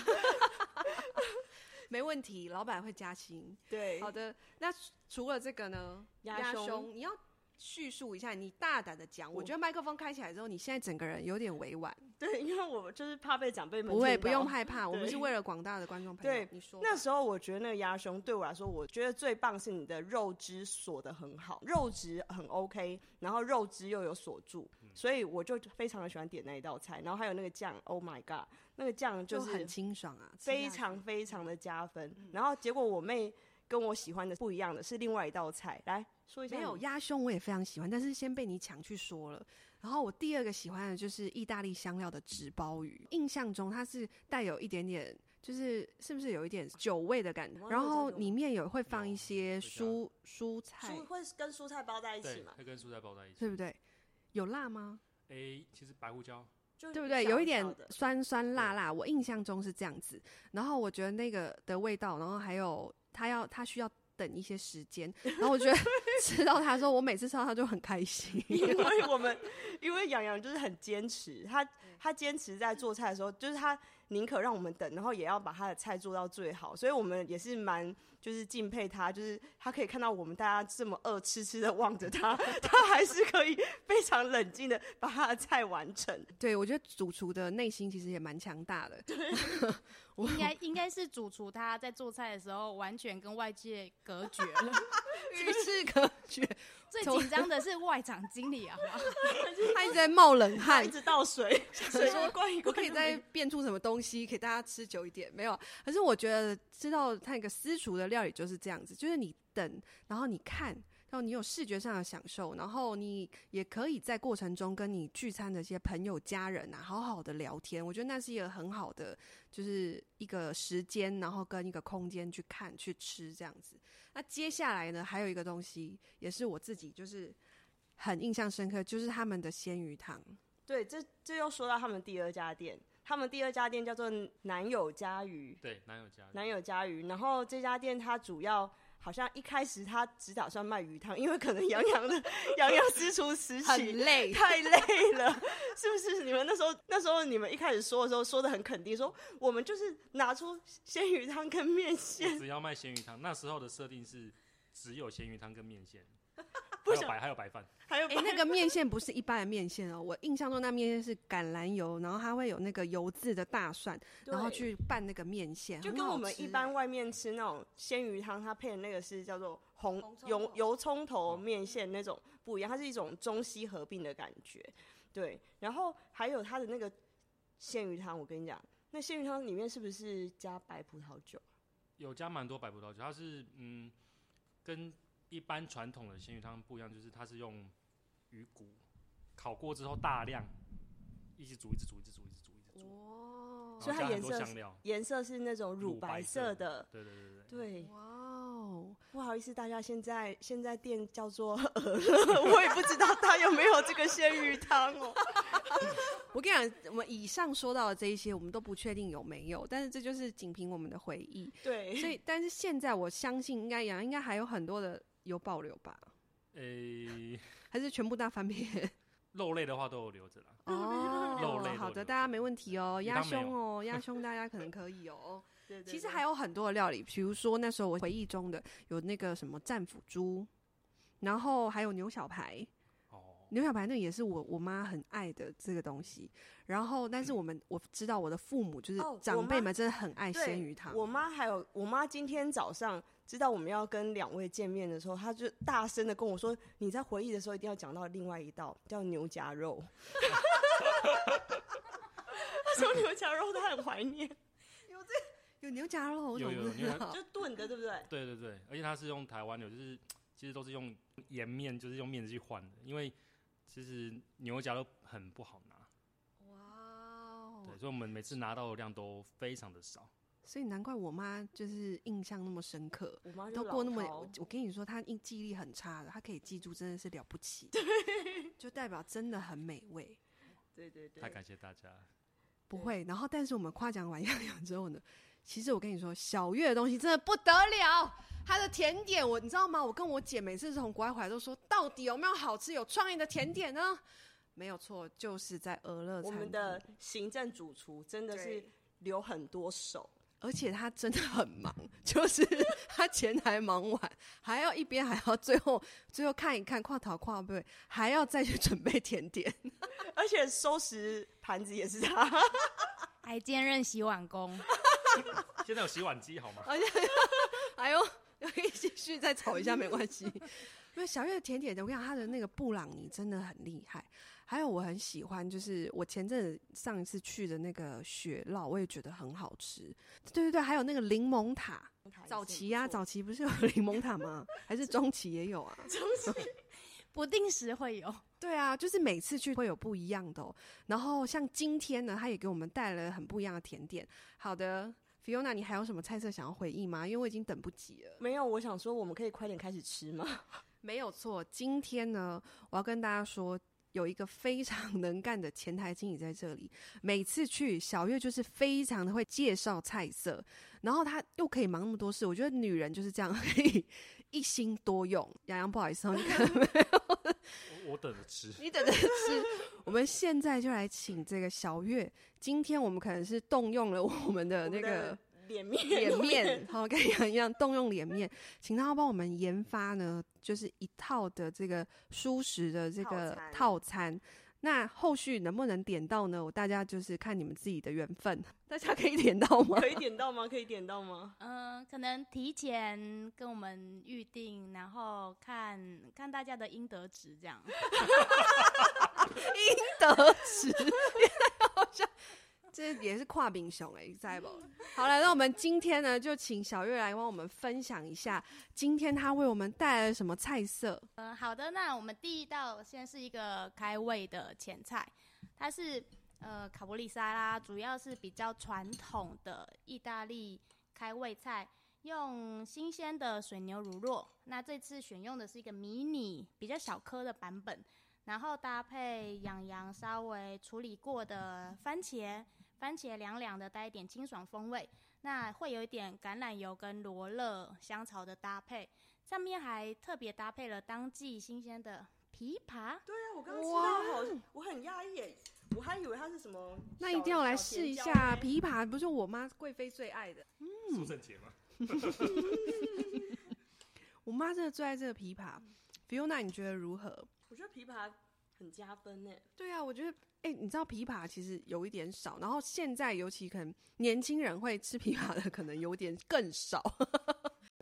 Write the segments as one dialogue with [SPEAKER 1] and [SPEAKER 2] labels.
[SPEAKER 1] 没问题，老板会加薪。
[SPEAKER 2] 对
[SPEAKER 1] 好的，那除了这个呢，
[SPEAKER 2] 鸭胸
[SPEAKER 1] 你要叙述一下，你大胆的讲，我
[SPEAKER 2] 我
[SPEAKER 1] 觉得麦克风开起来之后，你现在整个人有点委婉，
[SPEAKER 2] 对，因为我们就是怕被长辈们
[SPEAKER 1] 不会
[SPEAKER 2] 听
[SPEAKER 1] 不
[SPEAKER 2] 到
[SPEAKER 1] 用。害怕，我们
[SPEAKER 2] 对
[SPEAKER 1] 是为了广大的观众朋友
[SPEAKER 2] 对，
[SPEAKER 1] 你说吧
[SPEAKER 2] 那时候我觉得那个鸭胸对我来说，我觉得最棒是你的肉汁锁的很好，肉质很 OK，然后肉汁又有锁住，所以我就非常的喜欢点那一道菜。然后还有那个酱，Oh my god，那个酱
[SPEAKER 1] 就是很清爽啊，嗯吃
[SPEAKER 2] 非
[SPEAKER 1] 下去
[SPEAKER 2] 常非常的加分。然后结果我妹跟我喜欢的不一样的是另外一道菜，来说一下
[SPEAKER 1] 没
[SPEAKER 2] 你。
[SPEAKER 1] 有鸭胸我也非常喜欢，但是先被你抢去说了。然后我第二个喜欢的就是意大利香料的纸包鱼，印象中它是带有一点点，就是是不是有一点酒味的感觉？
[SPEAKER 2] 哇
[SPEAKER 1] 然
[SPEAKER 2] 有这
[SPEAKER 1] 后
[SPEAKER 2] 种
[SPEAKER 1] 里面有会放
[SPEAKER 3] 有
[SPEAKER 1] 一些
[SPEAKER 3] 会加
[SPEAKER 1] 蔬蔬菜，
[SPEAKER 2] 蔬会跟蔬菜包在一起
[SPEAKER 3] 对
[SPEAKER 2] 嘛，，
[SPEAKER 3] 会跟蔬菜包在一起。
[SPEAKER 1] 对不对？有辣吗？
[SPEAKER 3] 哎，其实白胡椒
[SPEAKER 2] 就
[SPEAKER 1] 对不
[SPEAKER 2] 是
[SPEAKER 1] 对？
[SPEAKER 2] 小
[SPEAKER 1] 有一点
[SPEAKER 2] 小的
[SPEAKER 1] 酸酸辣辣，我印象中是这样子。然后我觉得那个的味道，然后还有它要它需要等一些时间，然后我觉得 吃到它的时候，我每次吃到它就很开心。
[SPEAKER 2] 因为我们，因为洋洋就是很坚持，他他坚持在做菜的时候，就是他宁可让我们等，然后也要把他的菜做到最好，所以我们也是蛮就是敬佩他，就是他可以看到我们大家这么饿，痴痴的望着他， 他还是可以非常冷静的把他的菜完成。
[SPEAKER 1] 对，我觉得主厨的内心其实也蛮强大 的。我
[SPEAKER 4] 应该应该是主厨他在做菜的时候完全跟外界隔绝了，
[SPEAKER 1] 与世隔绝，
[SPEAKER 4] 最
[SPEAKER 1] 从
[SPEAKER 4] 紧张的是外场经理啊，好吗
[SPEAKER 1] 他一直在冒冷
[SPEAKER 2] 他
[SPEAKER 1] 汗
[SPEAKER 2] 一。直倒水， 水
[SPEAKER 1] 说
[SPEAKER 2] 说关于
[SPEAKER 1] 我可以 再变出什么东西给大家吃久一点？没有，可是我觉得知道它一个私厨的料理就是这样子，就是你等，然后你看，然后你有视觉上的享受，然后你也可以在过程中跟你聚餐的一些朋友、家人啊，好好的聊天。我觉得那是一个很好的，就是一个时间，然后跟一个空间去看、去吃这样子。那接下来呢，还有一个东西也是我自己就是很印象深刻，就是他们的鲜鱼汤。
[SPEAKER 2] 对，这这又说到他们第二家店，他们第二家店叫做男友家鱼，
[SPEAKER 3] 对，男友加的
[SPEAKER 2] 男友家鱼。然后这家店它主要好像一开始它只打算卖鱼汤，因为可能杨洋的杨洋私厨时
[SPEAKER 1] 很
[SPEAKER 2] 期
[SPEAKER 1] 累，
[SPEAKER 2] 太累了，是不是？你们那时候那时候你们一开始说的时候说的很肯定，说我们就是拿出鲜鱼汤跟面线，
[SPEAKER 3] 我只要卖鲜鱼汤。那时候的设定是只有鲜鱼汤跟面线，
[SPEAKER 2] 不
[SPEAKER 3] 还有
[SPEAKER 2] 想
[SPEAKER 3] 白还有白饭，
[SPEAKER 2] 还有
[SPEAKER 1] 哎、那个面线不是一般的面线哦，我印象中那面线是橄榄油，然后它会有那个油渍的大蒜，然后
[SPEAKER 2] 对
[SPEAKER 1] 去拌那个面线，
[SPEAKER 2] 就
[SPEAKER 1] 很
[SPEAKER 2] 跟
[SPEAKER 1] 好
[SPEAKER 2] 我们
[SPEAKER 1] 吃
[SPEAKER 2] 一
[SPEAKER 1] 欸
[SPEAKER 2] 般外面吃那种鲜鱼汤，它配的那个是叫做红
[SPEAKER 1] 红葱
[SPEAKER 2] 油
[SPEAKER 1] 头
[SPEAKER 2] 油葱头面线那种不一样，它是一种中西合并的感觉。对，然后还有它的那个鲜鱼汤，我跟你讲，那鲜鱼汤里面是不是加白葡萄酒？
[SPEAKER 3] 有加蛮多白葡萄酒。它是嗯，跟一般传统的鲜鱼汤不一样，就是它是用鱼骨烤过之后大量一直煮，一直煮，一直煮，一直煮，一直煮，
[SPEAKER 1] 哦
[SPEAKER 2] 所以
[SPEAKER 3] 然后加
[SPEAKER 2] 它颜
[SPEAKER 3] 很多
[SPEAKER 2] 色
[SPEAKER 3] 香
[SPEAKER 2] 是
[SPEAKER 3] 料。
[SPEAKER 2] 颜色是那种
[SPEAKER 3] 乳
[SPEAKER 2] 乳
[SPEAKER 3] 白
[SPEAKER 2] 白
[SPEAKER 3] 色
[SPEAKER 2] 色的。
[SPEAKER 3] 对对对对对，
[SPEAKER 2] 对，
[SPEAKER 1] 哇哦，
[SPEAKER 2] 不好意思，大家现在现在店叫做 鹅乐，我也不知道它有没有这个鲜鱼汤哦。
[SPEAKER 1] 我跟你讲，我们以上说到的这一些，我们都不确定有没有，但是这就是仅凭我们的回忆。
[SPEAKER 3] 哎
[SPEAKER 2] 对，
[SPEAKER 1] 所以，但是现在我相信，应该杨应该还有很多的有保留吧，
[SPEAKER 3] 诶、
[SPEAKER 1] 还是全部大翻篇？
[SPEAKER 3] 肉类的话都有留着啦。 肉类
[SPEAKER 1] 哦，
[SPEAKER 3] 都
[SPEAKER 1] 好的，
[SPEAKER 3] 有
[SPEAKER 1] 大家没问题哦，
[SPEAKER 3] 鱼
[SPEAKER 1] 鸭
[SPEAKER 3] 汤没
[SPEAKER 1] 胸哦，鸭胸大家可能可以哦。
[SPEAKER 2] 对对
[SPEAKER 1] 其实
[SPEAKER 2] 对
[SPEAKER 1] 还有很多的料理，比如说那时候我回忆中的有那个什么战斧猪，然后还有牛小排，
[SPEAKER 3] 哦，
[SPEAKER 1] 牛小排那也是我我妈很爱的这个东西。然后，但是我们我知道我的父母就是
[SPEAKER 2] 哦我
[SPEAKER 1] 长辈
[SPEAKER 2] 妈
[SPEAKER 1] 们真的很爱
[SPEAKER 2] 对
[SPEAKER 1] 鲜鱼汤。
[SPEAKER 2] 我妈还有我妈今天早上知道我们要跟两位见面的时候，她就大声的跟我说：“你在回忆的时候一定要讲到另外一道叫牛夹肉。” 她说牛夹肉她很怀念，
[SPEAKER 1] 有牛夹肉，我怎
[SPEAKER 3] 有
[SPEAKER 1] 么
[SPEAKER 3] 有
[SPEAKER 1] 不
[SPEAKER 3] 牛
[SPEAKER 1] 知
[SPEAKER 3] 夹
[SPEAKER 1] 道？
[SPEAKER 2] 就炖的，对不对？
[SPEAKER 3] 对对对，而且它是用台湾牛，就是其实都是用盐面，就是用面子去换的，因为其实牛夹都很不好拿，
[SPEAKER 1] 哇哦
[SPEAKER 3] 对，所以我们每次拿到的量都非常的少。
[SPEAKER 1] 所以难怪我妈就是印象那么深刻。
[SPEAKER 2] 我妈
[SPEAKER 1] 都
[SPEAKER 2] 就
[SPEAKER 1] 过那么，
[SPEAKER 2] 老
[SPEAKER 1] 我
[SPEAKER 2] 饕
[SPEAKER 1] 我跟你说，她印记忆力很差的，她可以记住，真的是了不起，就代表真的很美味，
[SPEAKER 2] 对对对，
[SPEAKER 3] 太感谢大家了，
[SPEAKER 1] 不
[SPEAKER 2] 对
[SPEAKER 1] 会。然后，但是我们夸奖完样样之后呢，其实我跟你说，小月的东西真的不得了，她的甜点我你知道吗？我跟我姐每次从国外回来都说，到底有没有好吃、有创意的甜点呢？没有错，就是在俄勒
[SPEAKER 2] 我
[SPEAKER 1] 餐
[SPEAKER 2] 们
[SPEAKER 1] 厅
[SPEAKER 2] 的行政主厨真的是
[SPEAKER 1] 对
[SPEAKER 2] 留很多手，
[SPEAKER 1] 而且他真的很忙， 就是他前台忙完，还要一边还要最后最后看一看跨逃跨背，还要再去准备甜点。
[SPEAKER 2] 而且收拾盘子也是她。
[SPEAKER 4] 还兼任洗碗工，
[SPEAKER 3] 现在有洗碗机好吗？
[SPEAKER 1] 哎呦， 可以继续再炒一下， 没关系。因为小月的甜点，我跟你讲，她的那个布朗尼真的很厉害。还有我很喜欢，就是我前阵子上一次去的那个雪酪，我也觉得很好吃。对对对，还有那个柠檬塔，早期啊，早期不是有柠檬塔吗？还是中期也有啊？
[SPEAKER 4] 不定时会有。
[SPEAKER 1] 对啊，就是每次去会有不一样的、哦。然后像今天呢，他也给我们带了很不一样的甜点。好的，Fiona，你还有什么菜色想要回忆吗？因为我已经等不及了。
[SPEAKER 2] 没有，我想说我们可以快点开始吃吗？
[SPEAKER 1] 没有错，今天呢，我要跟大家说。有一个非常能干的前台经理在这里，每次去小月就是非常的会介绍菜色，然后她又可以忙那么多事，我觉得女人就是这样，可以一心多用。洋洋，不好意思哦，你可能没有
[SPEAKER 3] 我我等着吃。
[SPEAKER 1] 你等着吃。我们现在就来请这个小月，今天我们可能是动用了我们的呃那个
[SPEAKER 2] 脸 面，
[SPEAKER 1] 脸面，好跟杨一样动用脸面，请他帮我们研发呢，就是一套的这个舒适的这个
[SPEAKER 2] 套
[SPEAKER 1] 套
[SPEAKER 2] 餐
[SPEAKER 1] 餐。那后续能不能点到呢？我大家就是看你们自己的缘分，大家可以点到吗？
[SPEAKER 2] 可以点到吗？可以点到吗？
[SPEAKER 4] 嗯、可能提前跟我们预定，然后看看大家的应得值这样。
[SPEAKER 1] 得值，好像 这也是跨饼熊哎、欸，在不？好了，那我们今天呢，就请小月来帮我们分享一下，今天她为我们带来什么菜色？
[SPEAKER 4] 嗯、好的，那我们第一道先是一个开胃的前菜，它是呃卡布里沙拉，主要是比较传统的意大利开胃菜，用新鲜的水牛乳酪。那这次选用的是一个迷你、比较小颗的版本，然后搭配养羊稍微处理过的番茄，番茄凉凉的，带一点清爽风味。那会有一点橄榄油跟罗勒香草的搭配。上面还特别搭配了当季新鲜的枇杷，
[SPEAKER 2] 对啊，我刚刚吃到好，我很压抑耶，我还以为它是什么小，
[SPEAKER 1] 那一定要来
[SPEAKER 2] 小
[SPEAKER 1] 试一
[SPEAKER 2] 甜椒哎
[SPEAKER 1] 下，
[SPEAKER 2] 呢
[SPEAKER 1] 枇杷不是我妈贵妃最爱的，
[SPEAKER 3] 苏正杰吗？
[SPEAKER 1] 我妈真的最爱这个枇杷。Fiona，你觉
[SPEAKER 2] 嗯
[SPEAKER 1] 得如何？
[SPEAKER 2] 我觉得枇杷很加分呢。
[SPEAKER 1] 对啊，我觉得，哎、你知道枇杷其实有一点少，然后现在尤其可能年轻人会吃枇杷的，可能有点更少。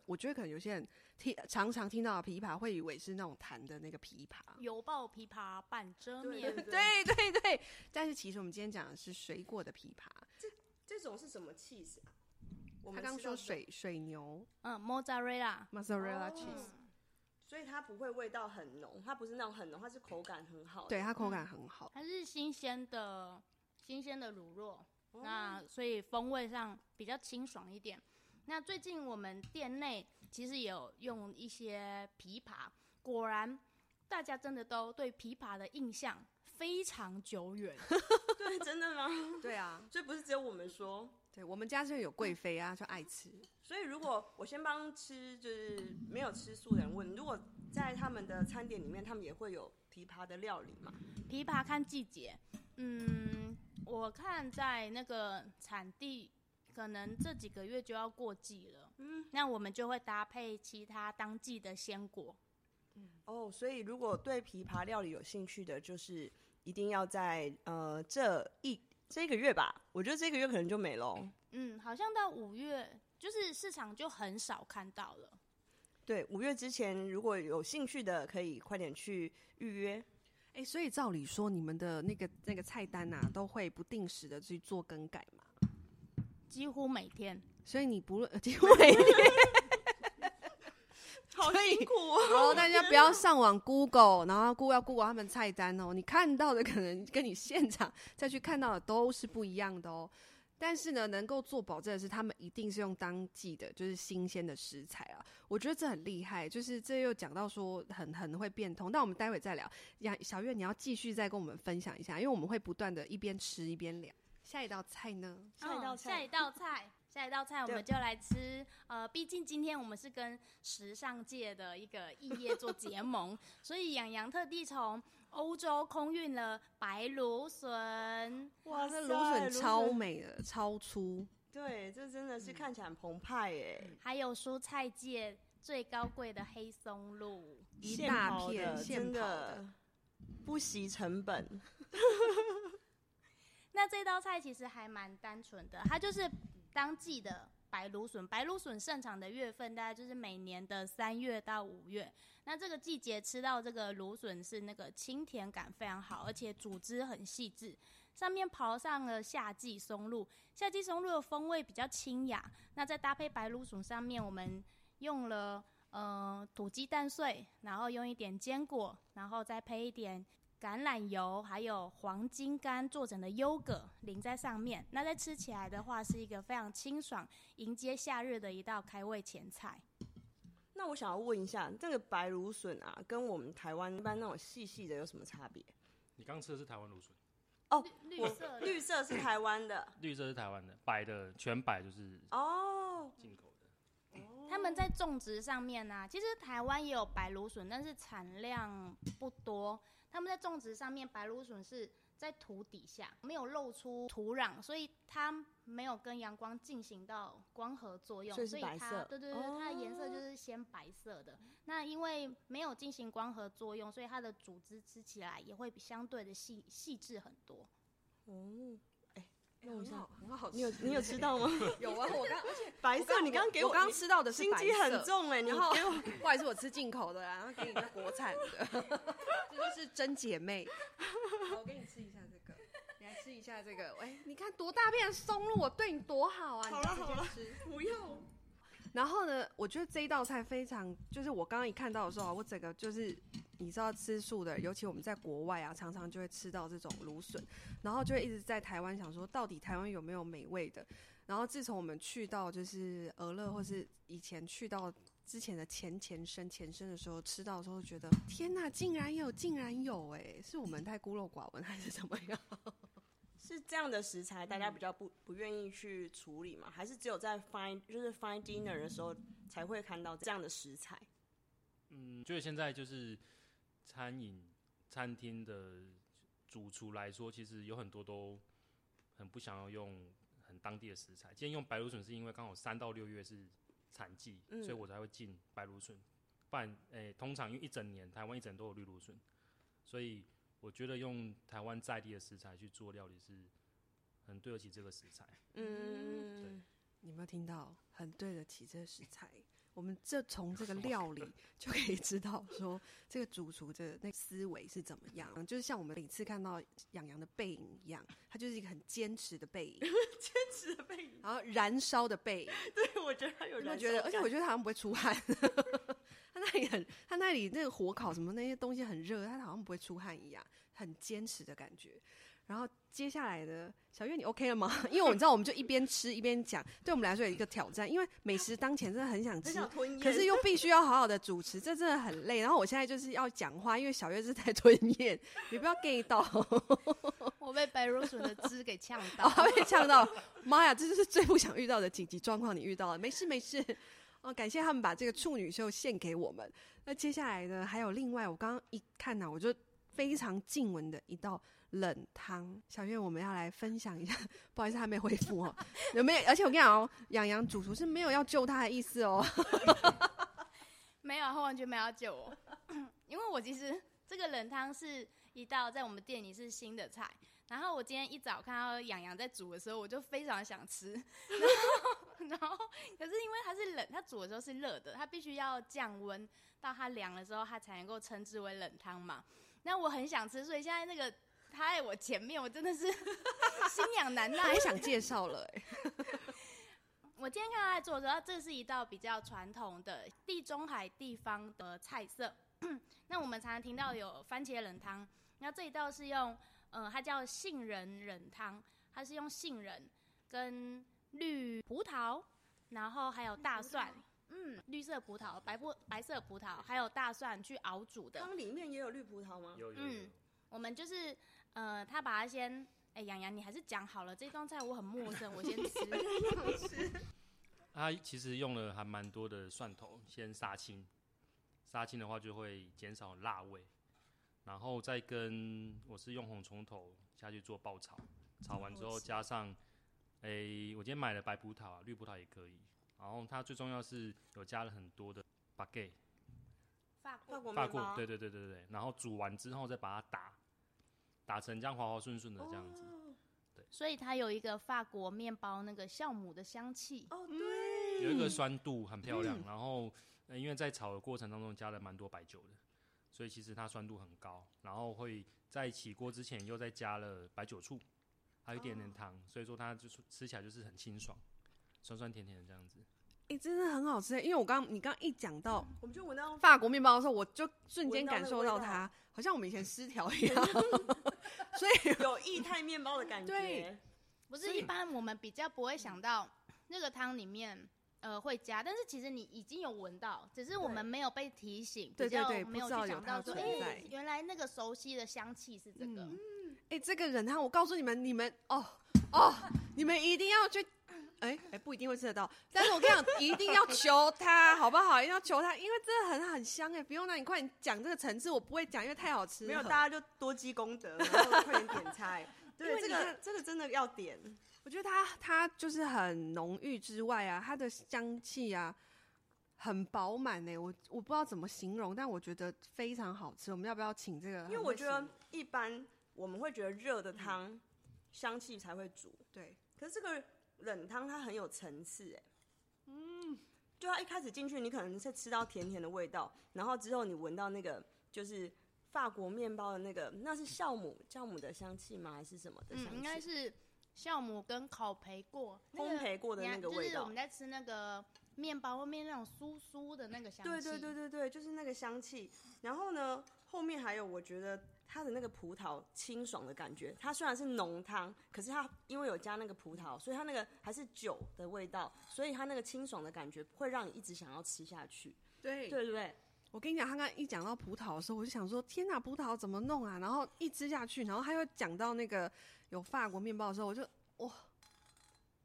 [SPEAKER 1] 我觉得可能有些人听常常听到的枇杷，会以为是那种弹的那个枇杷。
[SPEAKER 2] 嗯
[SPEAKER 4] 油爆枇杷半遮
[SPEAKER 2] 对
[SPEAKER 4] 面。
[SPEAKER 1] 对对对，但是其实我们今天讲的是水果的枇杷，
[SPEAKER 2] 这种是什么 cheese 啊？我
[SPEAKER 1] 他
[SPEAKER 2] 们
[SPEAKER 1] 刚
[SPEAKER 2] 吃
[SPEAKER 1] 说
[SPEAKER 2] 到这种，
[SPEAKER 1] 水水牛
[SPEAKER 4] 嗯，mozzarella。
[SPEAKER 1] mozzarella
[SPEAKER 2] 哦
[SPEAKER 1] cheese，、
[SPEAKER 2] 所以它不会味道很浓，它不是那种很浓，它是口感很好的。
[SPEAKER 1] 对它口
[SPEAKER 2] 嗯
[SPEAKER 1] 感很好。
[SPEAKER 4] 它是新鲜的，新鲜的乳酪，
[SPEAKER 2] 哦，
[SPEAKER 4] 那所以风味上比较清爽一点。那最近我们店内其实也有用一些枇杷，果然大家真的都对枇杷的印象非常久远。
[SPEAKER 2] 对，真的吗？
[SPEAKER 1] 对啊，
[SPEAKER 2] 所以不是只有我们说。
[SPEAKER 1] 对我们家就有贵妃啊，就爱吃。
[SPEAKER 2] 所以，如果我先帮吃就是没有吃素的人问，如果在他们的餐点里面，他们也会有枇杷的料理嘛？
[SPEAKER 4] 枇杷看季节，嗯，我看在那个产地，可能这几个月就要过季了，
[SPEAKER 2] 嗯，
[SPEAKER 4] 那我们就会搭配其他当季的鲜果，
[SPEAKER 2] 哦，所以如果对琵琶料理有兴趣的，就是一定要在呃这一这个月吧，我觉得这个月可能就没喽。
[SPEAKER 4] 嗯，好像到五月，就是市场就很少看到了。
[SPEAKER 2] 对，五月之前如果有兴趣的，可以快点去预约。
[SPEAKER 1] 哎、所以照理说，你们的那个那个菜单啊，都会不定时的去做更改嘛。
[SPEAKER 4] 几乎每天，
[SPEAKER 1] 所以你不论， 因为
[SPEAKER 2] 好辛苦哦！
[SPEAKER 1] 哦，大家不要上网 Google，然后 Google 要 Google 他们菜单哦。你看到的可能跟你现场再去看到的都是不一样的哦。但是呢，能够做保证的是，他们一定是用当季的，就是新鲜的食材啊。我觉得这很厉害，就是这又讲到说很很会变通。但我们待会再聊。杨小月，你要继续再跟我们分享一下，因为我们会不断的一边吃一边聊。下一道菜呢？
[SPEAKER 2] 下一道
[SPEAKER 4] 嗯下
[SPEAKER 2] 菜
[SPEAKER 4] 一道 菜，下一道菜，我
[SPEAKER 2] 对
[SPEAKER 4] 们就来吃。呃，毕竟今天我们是跟时尚界的一个异业做结 盟，所以养羊特地从欧洲空运了白芦笋。
[SPEAKER 2] 哇
[SPEAKER 1] 这
[SPEAKER 2] 塞，
[SPEAKER 1] 芦笋超
[SPEAKER 2] 芦笋嗯
[SPEAKER 1] 美的，超粗。
[SPEAKER 2] 对，这真的是看起来很澎湃耶！
[SPEAKER 4] 还有蔬菜界最高贵的黑松露，
[SPEAKER 1] 一
[SPEAKER 2] 现
[SPEAKER 1] 大
[SPEAKER 2] 刨
[SPEAKER 1] 片
[SPEAKER 2] 的
[SPEAKER 1] 现刨
[SPEAKER 2] 真的
[SPEAKER 1] 的
[SPEAKER 2] 不惜成本。
[SPEAKER 4] 那这道菜其实还蛮单纯的，它就是当季的白芦笋。白芦笋盛产的月份大概就是每年的三月到五月。那这个季节吃到这个芦笋是那个清甜感非常好，而且组织很细致。上面刨上了夏季松露，夏季松露的风味比较清雅。那再搭配白芦笋上面，我们用了呃土鸡蛋碎，然后用一点坚果，然后再配一点橄榄油还有黄金干做成的优格淋在上面，那在吃起来的话是一个非常清爽，迎接夏日的一道开胃前菜。
[SPEAKER 2] 那我想要问一下，这个白芦笋啊，跟我们台湾一般那种细细的有什么差别？
[SPEAKER 3] 你刚吃的是台湾芦笋，
[SPEAKER 4] 绿
[SPEAKER 2] 我
[SPEAKER 4] 色
[SPEAKER 2] 绿色是台湾的
[SPEAKER 3] 绿色是台湾的，白的全白就是
[SPEAKER 2] 哦，
[SPEAKER 3] 进口的。
[SPEAKER 4] 他们在种植上面呢、其实台湾也有白芦笋，但是产量不多。他们在种植上面，白芦笋是在土底下，没有露出土壤，所以它没有跟阳光进行到光合作用，
[SPEAKER 2] 所
[SPEAKER 4] 所
[SPEAKER 2] 以是白
[SPEAKER 4] 它
[SPEAKER 2] 色
[SPEAKER 4] 对对对，它的颜色就是鲜白色的。那因为没有进行光合作用，所以它的组织吃起来也会比相对的细细致很多。
[SPEAKER 2] 哦，哎、弄一
[SPEAKER 1] 很
[SPEAKER 2] 下
[SPEAKER 1] 好，，很好吃。
[SPEAKER 2] 你有你有吃到 吗？
[SPEAKER 1] 有啊，我刚
[SPEAKER 2] 白色，你刚刚给
[SPEAKER 1] 我刚吃到的是
[SPEAKER 2] 心
[SPEAKER 1] 白
[SPEAKER 2] 机很
[SPEAKER 1] 色，嗯
[SPEAKER 2] 重哎、你
[SPEAKER 1] 然后
[SPEAKER 2] 给我
[SPEAKER 1] 不好意思，我吃进口的啦，然后给你个国产 的，这就是真姐妹。好我给你吃一下这个，你来吃一下这个。哎，你看多大片的松露，我对你多好啊！你
[SPEAKER 2] 好了
[SPEAKER 1] 直接
[SPEAKER 2] 好了
[SPEAKER 1] 吃。
[SPEAKER 2] 不要，
[SPEAKER 1] 然后呢，我觉得这一道菜非常，就是我刚刚一看到的时候啊，我整个就是，你知道吃素的，尤其我们在国外啊，常常就会吃到这种芦笋，然后就会一直在台湾想说，到底台湾有没有美味的？然后自从我们去到就是俄勒，或是以前去到之前的前前身前身的时候，吃到的时候觉得，天呐，竟然有，竟然有、哎，是我们太孤陋寡闻还是怎么样？
[SPEAKER 2] 是这样的食材，大
[SPEAKER 1] 嗯
[SPEAKER 2] 家比较不不愿意去处理嘛？还是只有在 fine 就是 fine dinner 的时候才会看到这样的食材？
[SPEAKER 3] 嗯，就是现在就是餐饮餐厅的主厨来说，其实有很多都很不想要用很当地的食材。今天用白芦笋是因为刚好三到六月是产季，
[SPEAKER 2] 嗯
[SPEAKER 3] 所以我才会进白芦笋。不然，诶、通常因为一整年台湾一整都有绿芦笋，所以我觉得用台湾在地的食材去做料理是很对得起这个食材。
[SPEAKER 2] 嗯，
[SPEAKER 1] 你有没有听到？很对得起这个食材。我们这从这个料理就可以知道说，这个主厨的那思维是怎么样。就是像我们每次看到养羊的背影一样，他就是一个很坚持的背影，
[SPEAKER 2] 吃的被
[SPEAKER 1] 然后燃烧的背影。
[SPEAKER 2] 对， 我觉得它有
[SPEAKER 1] 有没有
[SPEAKER 2] 人
[SPEAKER 1] 觉得？而且我觉得他好像不会出汗。 他那里很，他那里那个火烤什么那些东西很热，他好像不会出汗一样，很坚持的感觉。然后接下来呢，小月你 OK 了吗？ 因为我你知道，我们就一边吃一边讲，对我们来说有一个挑战，因为美食当前真的很想
[SPEAKER 2] 很
[SPEAKER 1] 吃，
[SPEAKER 2] 想吞咽，
[SPEAKER 1] 可是又必须要好好的主持，这真的很累。然后我现在就是要讲话，因为小月是在吞 咽，你不要 get 到，
[SPEAKER 4] 我被白芦笋的汁给呛
[SPEAKER 1] 然后被呛到。妈呀，这就是最不想遇到的紧急状况，你遇到了，没事没事。哦，感谢他们把这个处女秀献给我们。那接下来呢，还有另外，我刚刚一看呢、我就非常静闻的一道冷汤。小月，我们要来分享一下，不好意思，还没恢复哦，有没有？而且我跟你讲哦，养羊主厨是没有要救他的意思哦。
[SPEAKER 4] 没有，他完全没有要救我， 因为我其实这个冷汤是一道在我们店里是新的菜，然后我今天一早看到洋洋在煮的时候，我就非常想吃， 然后然后可是因为它是冷，它煮的时候是热的，它必须要降温到它凉了之后，它才能够称之为冷汤嘛。那我很想吃，所以现在那个他在我前面，我真的是 心痒难耐
[SPEAKER 1] 我。想介绍了、欸，
[SPEAKER 4] 我今天看他在做的时候，这是一道比较传统的地中海地方的菜色。 那我们常常听到有番茄冷汤，那这一道是用，呃，它叫杏仁冷汤，它是用杏仁跟绿葡萄，然后还有大蒜，嗯，绿色葡萄、白不白色葡萄，还有大蒜去熬煮的。
[SPEAKER 2] 汤里面也有绿葡萄吗？
[SPEAKER 3] 有有有
[SPEAKER 4] 嗯，我们就是呃，他把它先，哎、洋洋，你还是讲好了，这道菜我很陌生，我先吃。
[SPEAKER 3] 它其实用了还蛮多的蒜头，先杀青，杀青的话就会减少辣味，然后再跟我是用红葱头下去做爆炒，炒完之后加上，诶、我今天买了白葡萄、啊，绿葡萄也可以，然后它最重要是有加了很多的 b a g u e
[SPEAKER 4] 法国
[SPEAKER 2] 法国
[SPEAKER 3] 发
[SPEAKER 2] 面
[SPEAKER 3] 过，
[SPEAKER 2] 包
[SPEAKER 3] 对对对对对，然后煮完之后再把它打，打成这样滑滑顺顺的这样子，
[SPEAKER 2] 哦
[SPEAKER 4] 所以它有一个法国面包那个酵母的香气。
[SPEAKER 2] 哦，对，
[SPEAKER 3] 有一个酸度很漂亮，然
[SPEAKER 1] 嗯
[SPEAKER 3] 后、呃、因为在炒的过程当中加了蛮多白酒的，所以其实它酸度很高，然后会在起锅之前又再加了白酒醋，还有一点点糖，所以说它就是吃起来就是很清爽，酸酸甜甜的 这样子。
[SPEAKER 1] 哎、真的很好吃、欸。因为我刚你刚一讲到
[SPEAKER 2] 我们就闻到
[SPEAKER 1] 法国面包的时候，我就瞬间
[SPEAKER 2] 闻到那
[SPEAKER 1] 感
[SPEAKER 2] 个
[SPEAKER 1] 受到
[SPEAKER 2] 味道
[SPEAKER 1] 它，好像我们以前失调一 样。所以
[SPEAKER 2] 有液态面包的感
[SPEAKER 1] 对
[SPEAKER 2] 觉。
[SPEAKER 4] 不
[SPEAKER 1] 所
[SPEAKER 4] 是
[SPEAKER 1] 以
[SPEAKER 4] 一般我们比较不会想到那个汤里面呃会加，但是其实你已经有闻到，只是我们没有被提醒，
[SPEAKER 1] 对
[SPEAKER 4] 比较
[SPEAKER 1] 对对
[SPEAKER 4] 没
[SPEAKER 1] 不
[SPEAKER 4] 有
[SPEAKER 1] 知道
[SPEAKER 4] 去
[SPEAKER 1] 有
[SPEAKER 4] 想到
[SPEAKER 1] 它
[SPEAKER 4] 说，
[SPEAKER 1] 存在
[SPEAKER 4] 哎，原来那个熟悉的香气是这个
[SPEAKER 1] 嗯。哎、这个人他，我告诉你们，你们哦哦，你们一定要去，哎、哎、不一定会吃得到，但是我跟你讲，一定要求他，好不好？一定要求他，因为真的很很香哎、不用那你快点讲这个层次，我不会讲，因为太好吃了。
[SPEAKER 2] 没有，大家就多积功德，然后快点 点菜。
[SPEAKER 1] 因
[SPEAKER 2] 对，
[SPEAKER 1] 为
[SPEAKER 2] 这
[SPEAKER 1] 你
[SPEAKER 2] 个
[SPEAKER 1] 看
[SPEAKER 2] 这个真的要点，
[SPEAKER 1] 我觉得它它就是很浓郁之外啊，它的香气啊很饱满呢。我我不知道怎么形容，但我觉得非常好吃。我们要不要请这个？
[SPEAKER 2] 因为
[SPEAKER 4] 啊
[SPEAKER 2] 我觉得一般我们会觉得热的汤香气才会煮，
[SPEAKER 1] 对，
[SPEAKER 2] 可是这个冷汤它很有层次，哎，嗯，就它一开始进去，你可能是吃到甜甜的味道，然后之后你闻到那个就是法国面包的那个，那是酵母酵母的香气吗？还是什么的香
[SPEAKER 4] 嗯，
[SPEAKER 2] 气？
[SPEAKER 4] 应该是酵母跟烤培过那
[SPEAKER 2] 烘
[SPEAKER 4] 个
[SPEAKER 2] 焙过的
[SPEAKER 4] 你
[SPEAKER 2] 那
[SPEAKER 4] 看
[SPEAKER 2] 个
[SPEAKER 4] 就
[SPEAKER 2] 味
[SPEAKER 4] 是我
[SPEAKER 2] 道
[SPEAKER 4] 们。在吃那个面包外面那种酥酥的那个香气。
[SPEAKER 2] 对对对对对，就是那个香气。然后呢，后面还有我觉得它的那个葡萄清爽的感觉。它虽然是浓汤，可是它因为有加那个葡萄，所以它那个还是酒的味道，所以它那个清爽的感觉会让你一直想要吃下去。
[SPEAKER 1] 对
[SPEAKER 2] 对对对，
[SPEAKER 1] 我跟你讲，他刚刚一讲到葡萄的时候，我就想说，天哪，葡萄怎么弄啊？然后一吃下去，然后他又讲到那个有法国面包的时候，我就哇，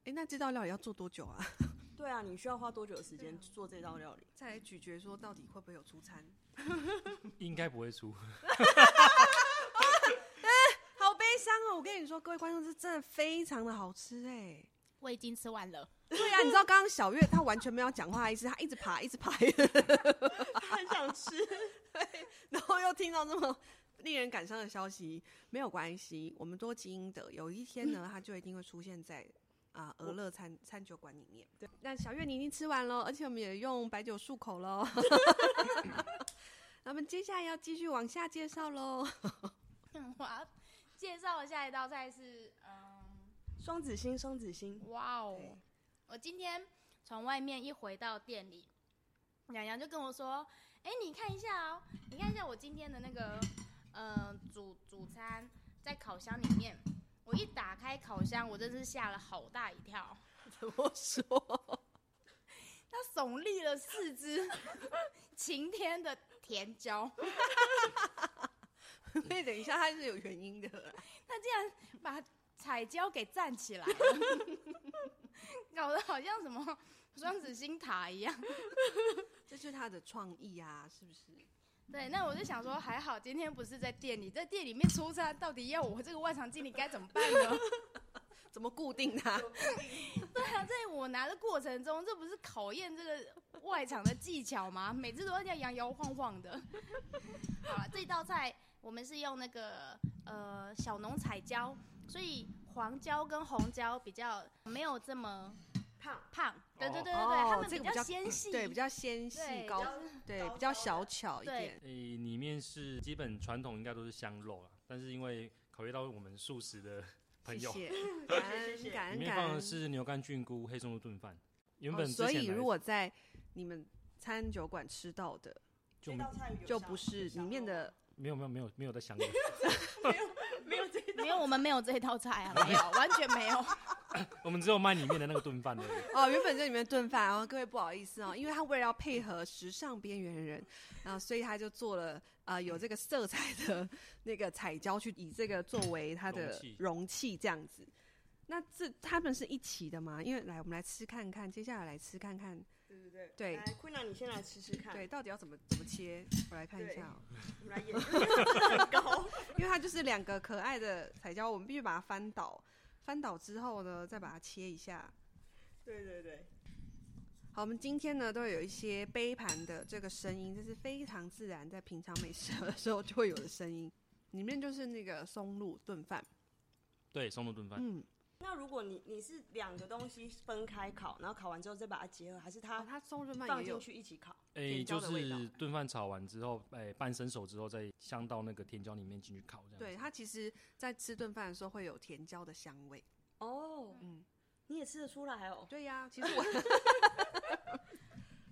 [SPEAKER 1] 哎、那这道料理要做多久啊？
[SPEAKER 2] 对啊，你需要花多久的时
[SPEAKER 1] 对啊
[SPEAKER 2] 间做这道料理？
[SPEAKER 1] 再来咀嚼说到底会不会有出餐？
[SPEAKER 3] 应该不会输，
[SPEAKER 1] 好悲伤哦！我跟你说，各位观众，这真的非常的好吃哎、
[SPEAKER 4] 我已经吃完了。
[SPEAKER 1] 对啊，你知道刚刚小月她完全没有讲话的意思，她一直爬，一直 爬，
[SPEAKER 2] 很想 吃，
[SPEAKER 1] 然后又听到这么令人感伤的消息，没有关系，我们多积阴德，有一天呢，它就一定会出现在。啊，俄勒餐餐酒馆里面。对，那小月你已经吃完了，而且我们也用白酒漱口 喽。那我们接下来要继续往下介绍喽。
[SPEAKER 4] 我要介绍的下一道菜是，嗯，
[SPEAKER 2] 双子星，双子星，
[SPEAKER 4] 哇哦
[SPEAKER 1] 对！
[SPEAKER 4] 我今天从外面一回到店里，洋洋就跟我说：“哎、你看一下哦，你看一下我今天的那个，呃，主主餐在烤箱里面。”我一打开烤箱，我真是吓了好大一跳，
[SPEAKER 1] 怎么说？
[SPEAKER 4] 它耸立了四只 晴天的甜椒。
[SPEAKER 1] 所以等一下它是有原因的。
[SPEAKER 4] 他竟然把彩椒给站起来了， 搞得好像什么双子星塔一样。
[SPEAKER 1] 这就是他的创意啊，是不是？
[SPEAKER 4] 对，那我就想说，还好今 天不是在店里，在店里面出差，到底要我这个外场经理该怎么办呢？
[SPEAKER 1] 怎么固定它？
[SPEAKER 4] 对啊，在我拿的过程中，这不是考验这个外场的技巧吗？每次都要这样摇摇晃晃的。 好了，这道菜我们是用那个呃小农彩椒，所以黄椒跟红椒比较没有这么
[SPEAKER 2] 胖
[SPEAKER 4] 胖，对对对对对，
[SPEAKER 1] 哦
[SPEAKER 4] 它们
[SPEAKER 1] 这
[SPEAKER 4] 比
[SPEAKER 1] 个比较
[SPEAKER 4] 纤细，
[SPEAKER 1] 对，比较纤细
[SPEAKER 4] 对
[SPEAKER 1] 高
[SPEAKER 4] 比较，
[SPEAKER 1] 对
[SPEAKER 2] 高
[SPEAKER 1] 比较
[SPEAKER 2] 挑
[SPEAKER 1] 小巧一
[SPEAKER 4] 对
[SPEAKER 1] 点。
[SPEAKER 3] 诶、里面是基本传统应该都是香肉啦，但是因为考虑到我们素食的朋
[SPEAKER 1] 谢
[SPEAKER 3] 友，
[SPEAKER 1] 谢，感
[SPEAKER 2] 谢
[SPEAKER 1] 恩
[SPEAKER 2] 谢
[SPEAKER 1] 感
[SPEAKER 3] 里
[SPEAKER 1] 恩
[SPEAKER 3] 面
[SPEAKER 1] 感
[SPEAKER 3] 放
[SPEAKER 1] 恩
[SPEAKER 3] 的。是牛肝菌菇黑松露炖饭。原
[SPEAKER 1] 哦
[SPEAKER 3] 本之前
[SPEAKER 1] 所以
[SPEAKER 3] 来
[SPEAKER 1] 如果在你们餐酒馆吃到的，
[SPEAKER 3] 就
[SPEAKER 2] 这
[SPEAKER 3] 没
[SPEAKER 2] 道菜有
[SPEAKER 1] 就
[SPEAKER 2] 香
[SPEAKER 1] 不是
[SPEAKER 2] 有香
[SPEAKER 1] 里面
[SPEAKER 2] 肉
[SPEAKER 1] 的
[SPEAKER 3] 没有没有没有没有在香肉，
[SPEAKER 2] 没有这
[SPEAKER 4] 没有我们没有这道菜啊，没有，完全没有。
[SPEAKER 3] 我们只有卖里面的那个炖饭而已。
[SPEAKER 1] 哦，原本这里面炖饭，然后各位不好意思哦，因为他为了要配合时尚边缘人，然后所以他就做了呃有这个色彩的那个彩椒去以这个作为它的
[SPEAKER 3] 容器
[SPEAKER 1] 容器这样子。那这他们是一起的吗？因为来我们来吃看看，接下来来吃看看，
[SPEAKER 2] 对对对
[SPEAKER 1] 对
[SPEAKER 2] 来坤娜，你先来吃吃看。
[SPEAKER 1] 对，，到底要怎么怎么切？ 我来看一下、哦，
[SPEAKER 2] 我们来演， 因为它很高。
[SPEAKER 1] 因为它就是两个可爱的彩椒，我们必须把它翻倒，翻倒之后呢，再把它切一下。
[SPEAKER 2] 对对对，
[SPEAKER 1] 好，我们今天呢都会有一些杯盘的这个声音，这是非常自然，在平常美食的时候就会有的声音。里面就是那个松露炖饭，
[SPEAKER 3] 对，松露炖饭，
[SPEAKER 1] 嗯，
[SPEAKER 2] 那如果你你是两个东西分开烤，然后烤完之后再把它结合，还是
[SPEAKER 1] 啊，
[SPEAKER 2] 它
[SPEAKER 1] 它松露炖饭
[SPEAKER 2] 放
[SPEAKER 1] 也
[SPEAKER 2] 进
[SPEAKER 1] 有
[SPEAKER 2] 去一起烤？
[SPEAKER 3] 诶、
[SPEAKER 1] 甜椒
[SPEAKER 3] 哎就
[SPEAKER 1] 的味道
[SPEAKER 3] 是炖饭炒完之后，诶、半生熟之后再香到那个甜椒里面进去烤，这样。
[SPEAKER 1] 对，它其实在吃炖饭的时候会有甜椒的香味，
[SPEAKER 2] 哦，
[SPEAKER 1] 嗯，
[SPEAKER 2] 你也吃得出来哦。
[SPEAKER 1] 对呀、其实我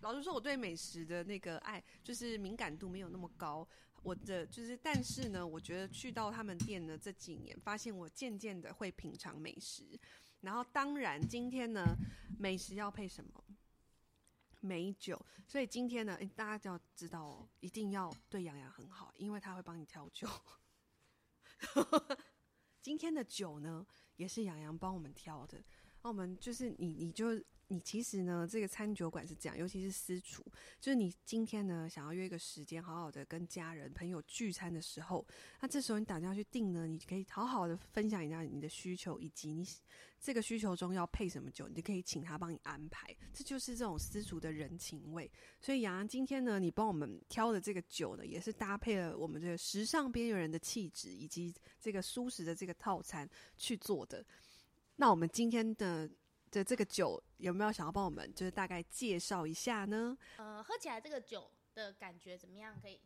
[SPEAKER 1] 老实说，我对美食的那个爱就是敏感度没有那么高。我的就是，但是呢，我觉得去到他们店呢这几年，发现我渐渐的会品尝美食。然后，当然今天呢，美食要配什么？美酒，所以今天呢，诶大家就要知道哦，一定要对洋洋很好，因为他会帮你调酒。 今天的酒呢，也是洋洋帮我们挑的。那我们就是你，你就你其实呢，这个餐酒馆是这样，尤其是私厨，就是你今天呢想要约一个时间，好好的跟家人朋友聚餐的时候，那这时候你打电话去订呢，你可以好好的分享一下你的需求，以及你这个需求中要配什么酒，你就可以请他帮你安排。这就是这种私厨的人情味。所以杨洋今天呢，你帮我们挑的这个酒呢，也是搭配了我们这个时尚边缘人的气质，以及这个舒适的这个套餐去做的。那我们今天的的这个酒有没有想要帮我们就是大概介绍一下呢？
[SPEAKER 4] 呃，喝起来这个酒的感觉怎么样？可以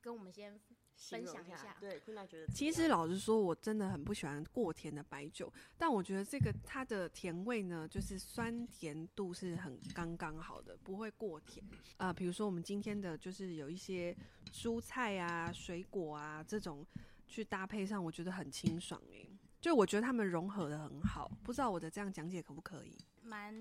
[SPEAKER 4] 跟我们先
[SPEAKER 2] 形容
[SPEAKER 4] 分享一下
[SPEAKER 2] 对，坤娜觉得怎么样
[SPEAKER 1] 其实老实说，我真的很不喜欢过甜的白酒，但我觉得这个它的甜味呢，就是酸甜度是很刚刚好的，不会过甜。呃，比如说我们今天的就是有一些蔬菜啊、水果啊这种去搭配上，我觉得很清爽诶、就我觉得他们融合的很好，不知道我的这样讲解可不可以？
[SPEAKER 4] 蛮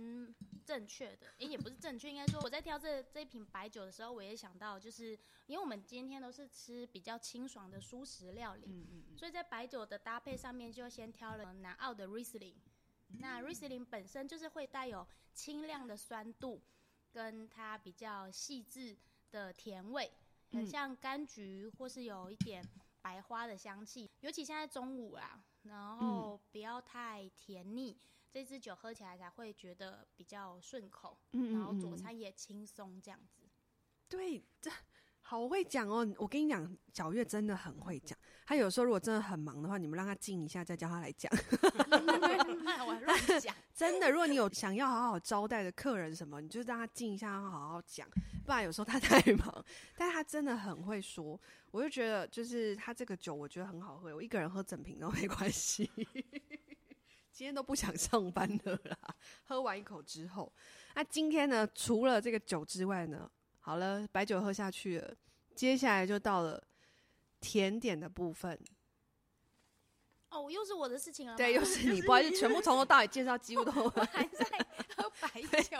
[SPEAKER 4] 正确的，诶，也不是正确，应该说我在挑这这一瓶白酒的时候，我也想到，就是因为我们今天都是吃比较清爽的蔬食料理，
[SPEAKER 1] 嗯嗯
[SPEAKER 4] 所以在白酒的搭配上面就先挑了南澳的 Riesling。那 Riesling 本身就是会带有清亮的酸度，跟它比较细致的甜味，很
[SPEAKER 1] 嗯
[SPEAKER 4] 像柑橘或是有一点白花的香气。尤其现在中午啊，然
[SPEAKER 1] 嗯
[SPEAKER 4] 后不要太甜腻，这支酒喝起来才会觉得比较顺口，
[SPEAKER 1] 嗯
[SPEAKER 4] 然后佐餐也轻松这样 子。
[SPEAKER 1] 对，这好会讲哦！我跟你讲，小月真的很会讲。她有时候如果真的很忙的话，你们让她静一下，再叫她来讲。
[SPEAKER 4] 那我还乱讲，
[SPEAKER 1] 真的，如果你有想要好好招待的客人什么，你就让她静一下，让她好好讲。不然有时候她 太忙，但她真的很会说。我就觉得，就是她这个酒，我觉得很好喝，我一个人喝整瓶都没关系。 今天都不想上班了啦，喝完一口之后，那今天呢，除了这个酒之外呢，好了，白酒喝下去了，接下来就到了甜点的部分。
[SPEAKER 4] 哦，又是我的事情了吗。
[SPEAKER 1] 对，又是你，不好意思，全部从头到尾介绍，几乎都
[SPEAKER 4] 还在 喝白酒，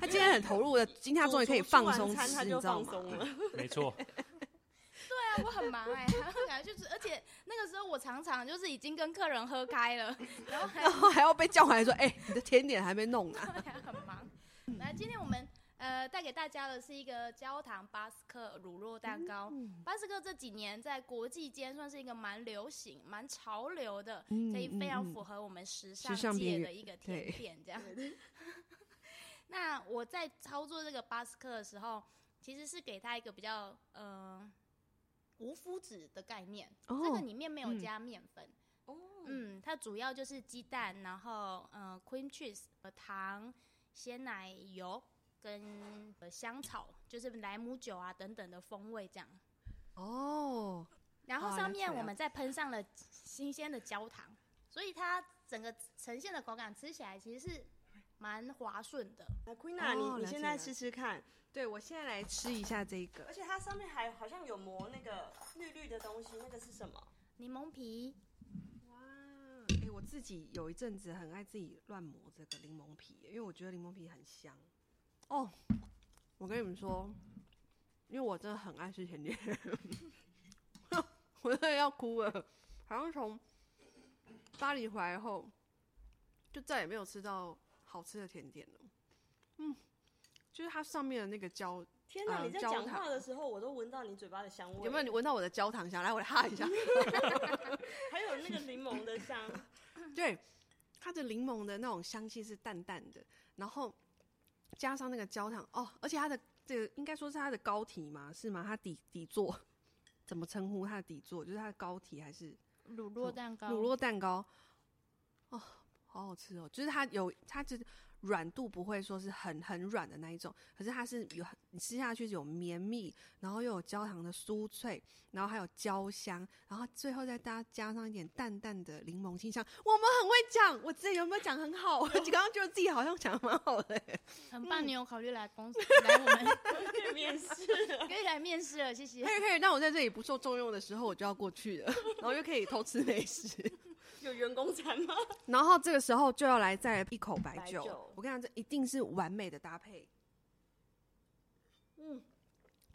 [SPEAKER 1] 他今天很投入的，今天他终于可以放
[SPEAKER 2] 煮
[SPEAKER 1] 松
[SPEAKER 2] 完餐
[SPEAKER 1] 吃，
[SPEAKER 2] 他
[SPEAKER 1] 你
[SPEAKER 2] 就
[SPEAKER 1] 知道
[SPEAKER 2] 放
[SPEAKER 1] 吗？
[SPEAKER 2] 松了。
[SPEAKER 3] 没错，
[SPEAKER 4] 对啊，我很忙哎、然后感觉就是，而且那个时候我常常就是已经跟客人喝开了，然后还
[SPEAKER 1] 然后还要被叫回来说：“哎、你的甜点还没弄呢、
[SPEAKER 4] 对啊很忙。来，今天我们呃，带给大家的是一个焦糖巴斯克乳酪蛋糕。巴斯克这几年在国际间算是一个蛮流行、蛮潮流的，
[SPEAKER 1] 嗯
[SPEAKER 4] 可以非常
[SPEAKER 1] 嗯嗯
[SPEAKER 4] 符合我们时
[SPEAKER 1] 时尚
[SPEAKER 4] 尚
[SPEAKER 1] 边
[SPEAKER 4] 界的
[SPEAKER 1] 缘
[SPEAKER 4] 一个甜
[SPEAKER 1] 对
[SPEAKER 4] 点这样。 那我在操作这个巴斯克的时候，其实是给它一个比较呃无麸质的概念，这个
[SPEAKER 1] 哦
[SPEAKER 4] 里面没有
[SPEAKER 1] 嗯
[SPEAKER 4] 加面粉。
[SPEAKER 2] 哦，
[SPEAKER 4] 嗯，它主要就是鸡蛋，然后呃，cream cheese、呃糖、鲜奶油跟呃香草，就是莱姆酒啊等等的风味这样。
[SPEAKER 1] 哦，
[SPEAKER 4] 然后
[SPEAKER 1] 哦
[SPEAKER 4] 上
[SPEAKER 1] 了
[SPEAKER 4] 面
[SPEAKER 1] 解
[SPEAKER 4] 我
[SPEAKER 1] 了
[SPEAKER 4] 们再喷上了新鲜的焦糖，所以它整个呈现的口感吃起来其实是蛮滑顺的。
[SPEAKER 2] 那 Queen 啊，你
[SPEAKER 1] 哦了
[SPEAKER 2] 你
[SPEAKER 1] 解
[SPEAKER 2] 现在
[SPEAKER 1] 了
[SPEAKER 2] 吃吃看，
[SPEAKER 1] 对我现在来吃一下这个
[SPEAKER 2] 而且它上面还好像有磨那个绿绿的东西，那个是什么？
[SPEAKER 4] 柠檬皮，
[SPEAKER 1] 哇！哎、我自己有一阵子很爱自己乱磨这个柠檬皮，因为我觉得柠檬皮很香。哦，我跟你们说，因为我真的很爱吃甜点， 我真的要哭了。好像从巴黎回来后，就再也没有吃到好吃的甜点了。嗯，就是它上面的那个焦，
[SPEAKER 2] 天哪！
[SPEAKER 1] 呃
[SPEAKER 2] 你在
[SPEAKER 1] 焦
[SPEAKER 2] 讲
[SPEAKER 1] 糖
[SPEAKER 2] 话的时候，我都闻到你嘴巴的香味，
[SPEAKER 1] 有没有你？闻到我的焦糖香？来，我来哈一下。
[SPEAKER 2] 还有那个柠檬的 香，
[SPEAKER 1] 对，它的柠檬的那种香气是淡淡的，然后加上那个焦糖哦，而且它的这个应该说是它的膏体嘛，是吗？它底底座 怎么称呼它的底座？就是它的膏体还是
[SPEAKER 4] 乳
[SPEAKER 1] 酪
[SPEAKER 4] 蛋糕
[SPEAKER 1] 乳酪蛋糕？哦，好好吃哦！就是它有它就是软度不会说是很很软的那一种，可是它是有你吃下去有绵密，然后又有焦糖的酥脆，然后还有焦香，然后最后再搭加上一点淡淡的柠檬清香。我们很会讲，我自己有没有讲很好？ 我刚刚觉得自己好像讲得蛮好的、欸。
[SPEAKER 4] 很棒，你有考虑来公司来我们
[SPEAKER 2] 去面试。
[SPEAKER 4] 可以来面试了，谢谢
[SPEAKER 1] 可。以可以，当我在这里不受重用的时候，我就要过去了， 然后又可以偷吃美食。
[SPEAKER 2] 有员工餐吗？
[SPEAKER 1] 然后这个时候就要来再来一口白
[SPEAKER 2] 白
[SPEAKER 1] 酒，
[SPEAKER 2] 酒
[SPEAKER 1] 我跟你讲，这一定是完美的搭配。嗯，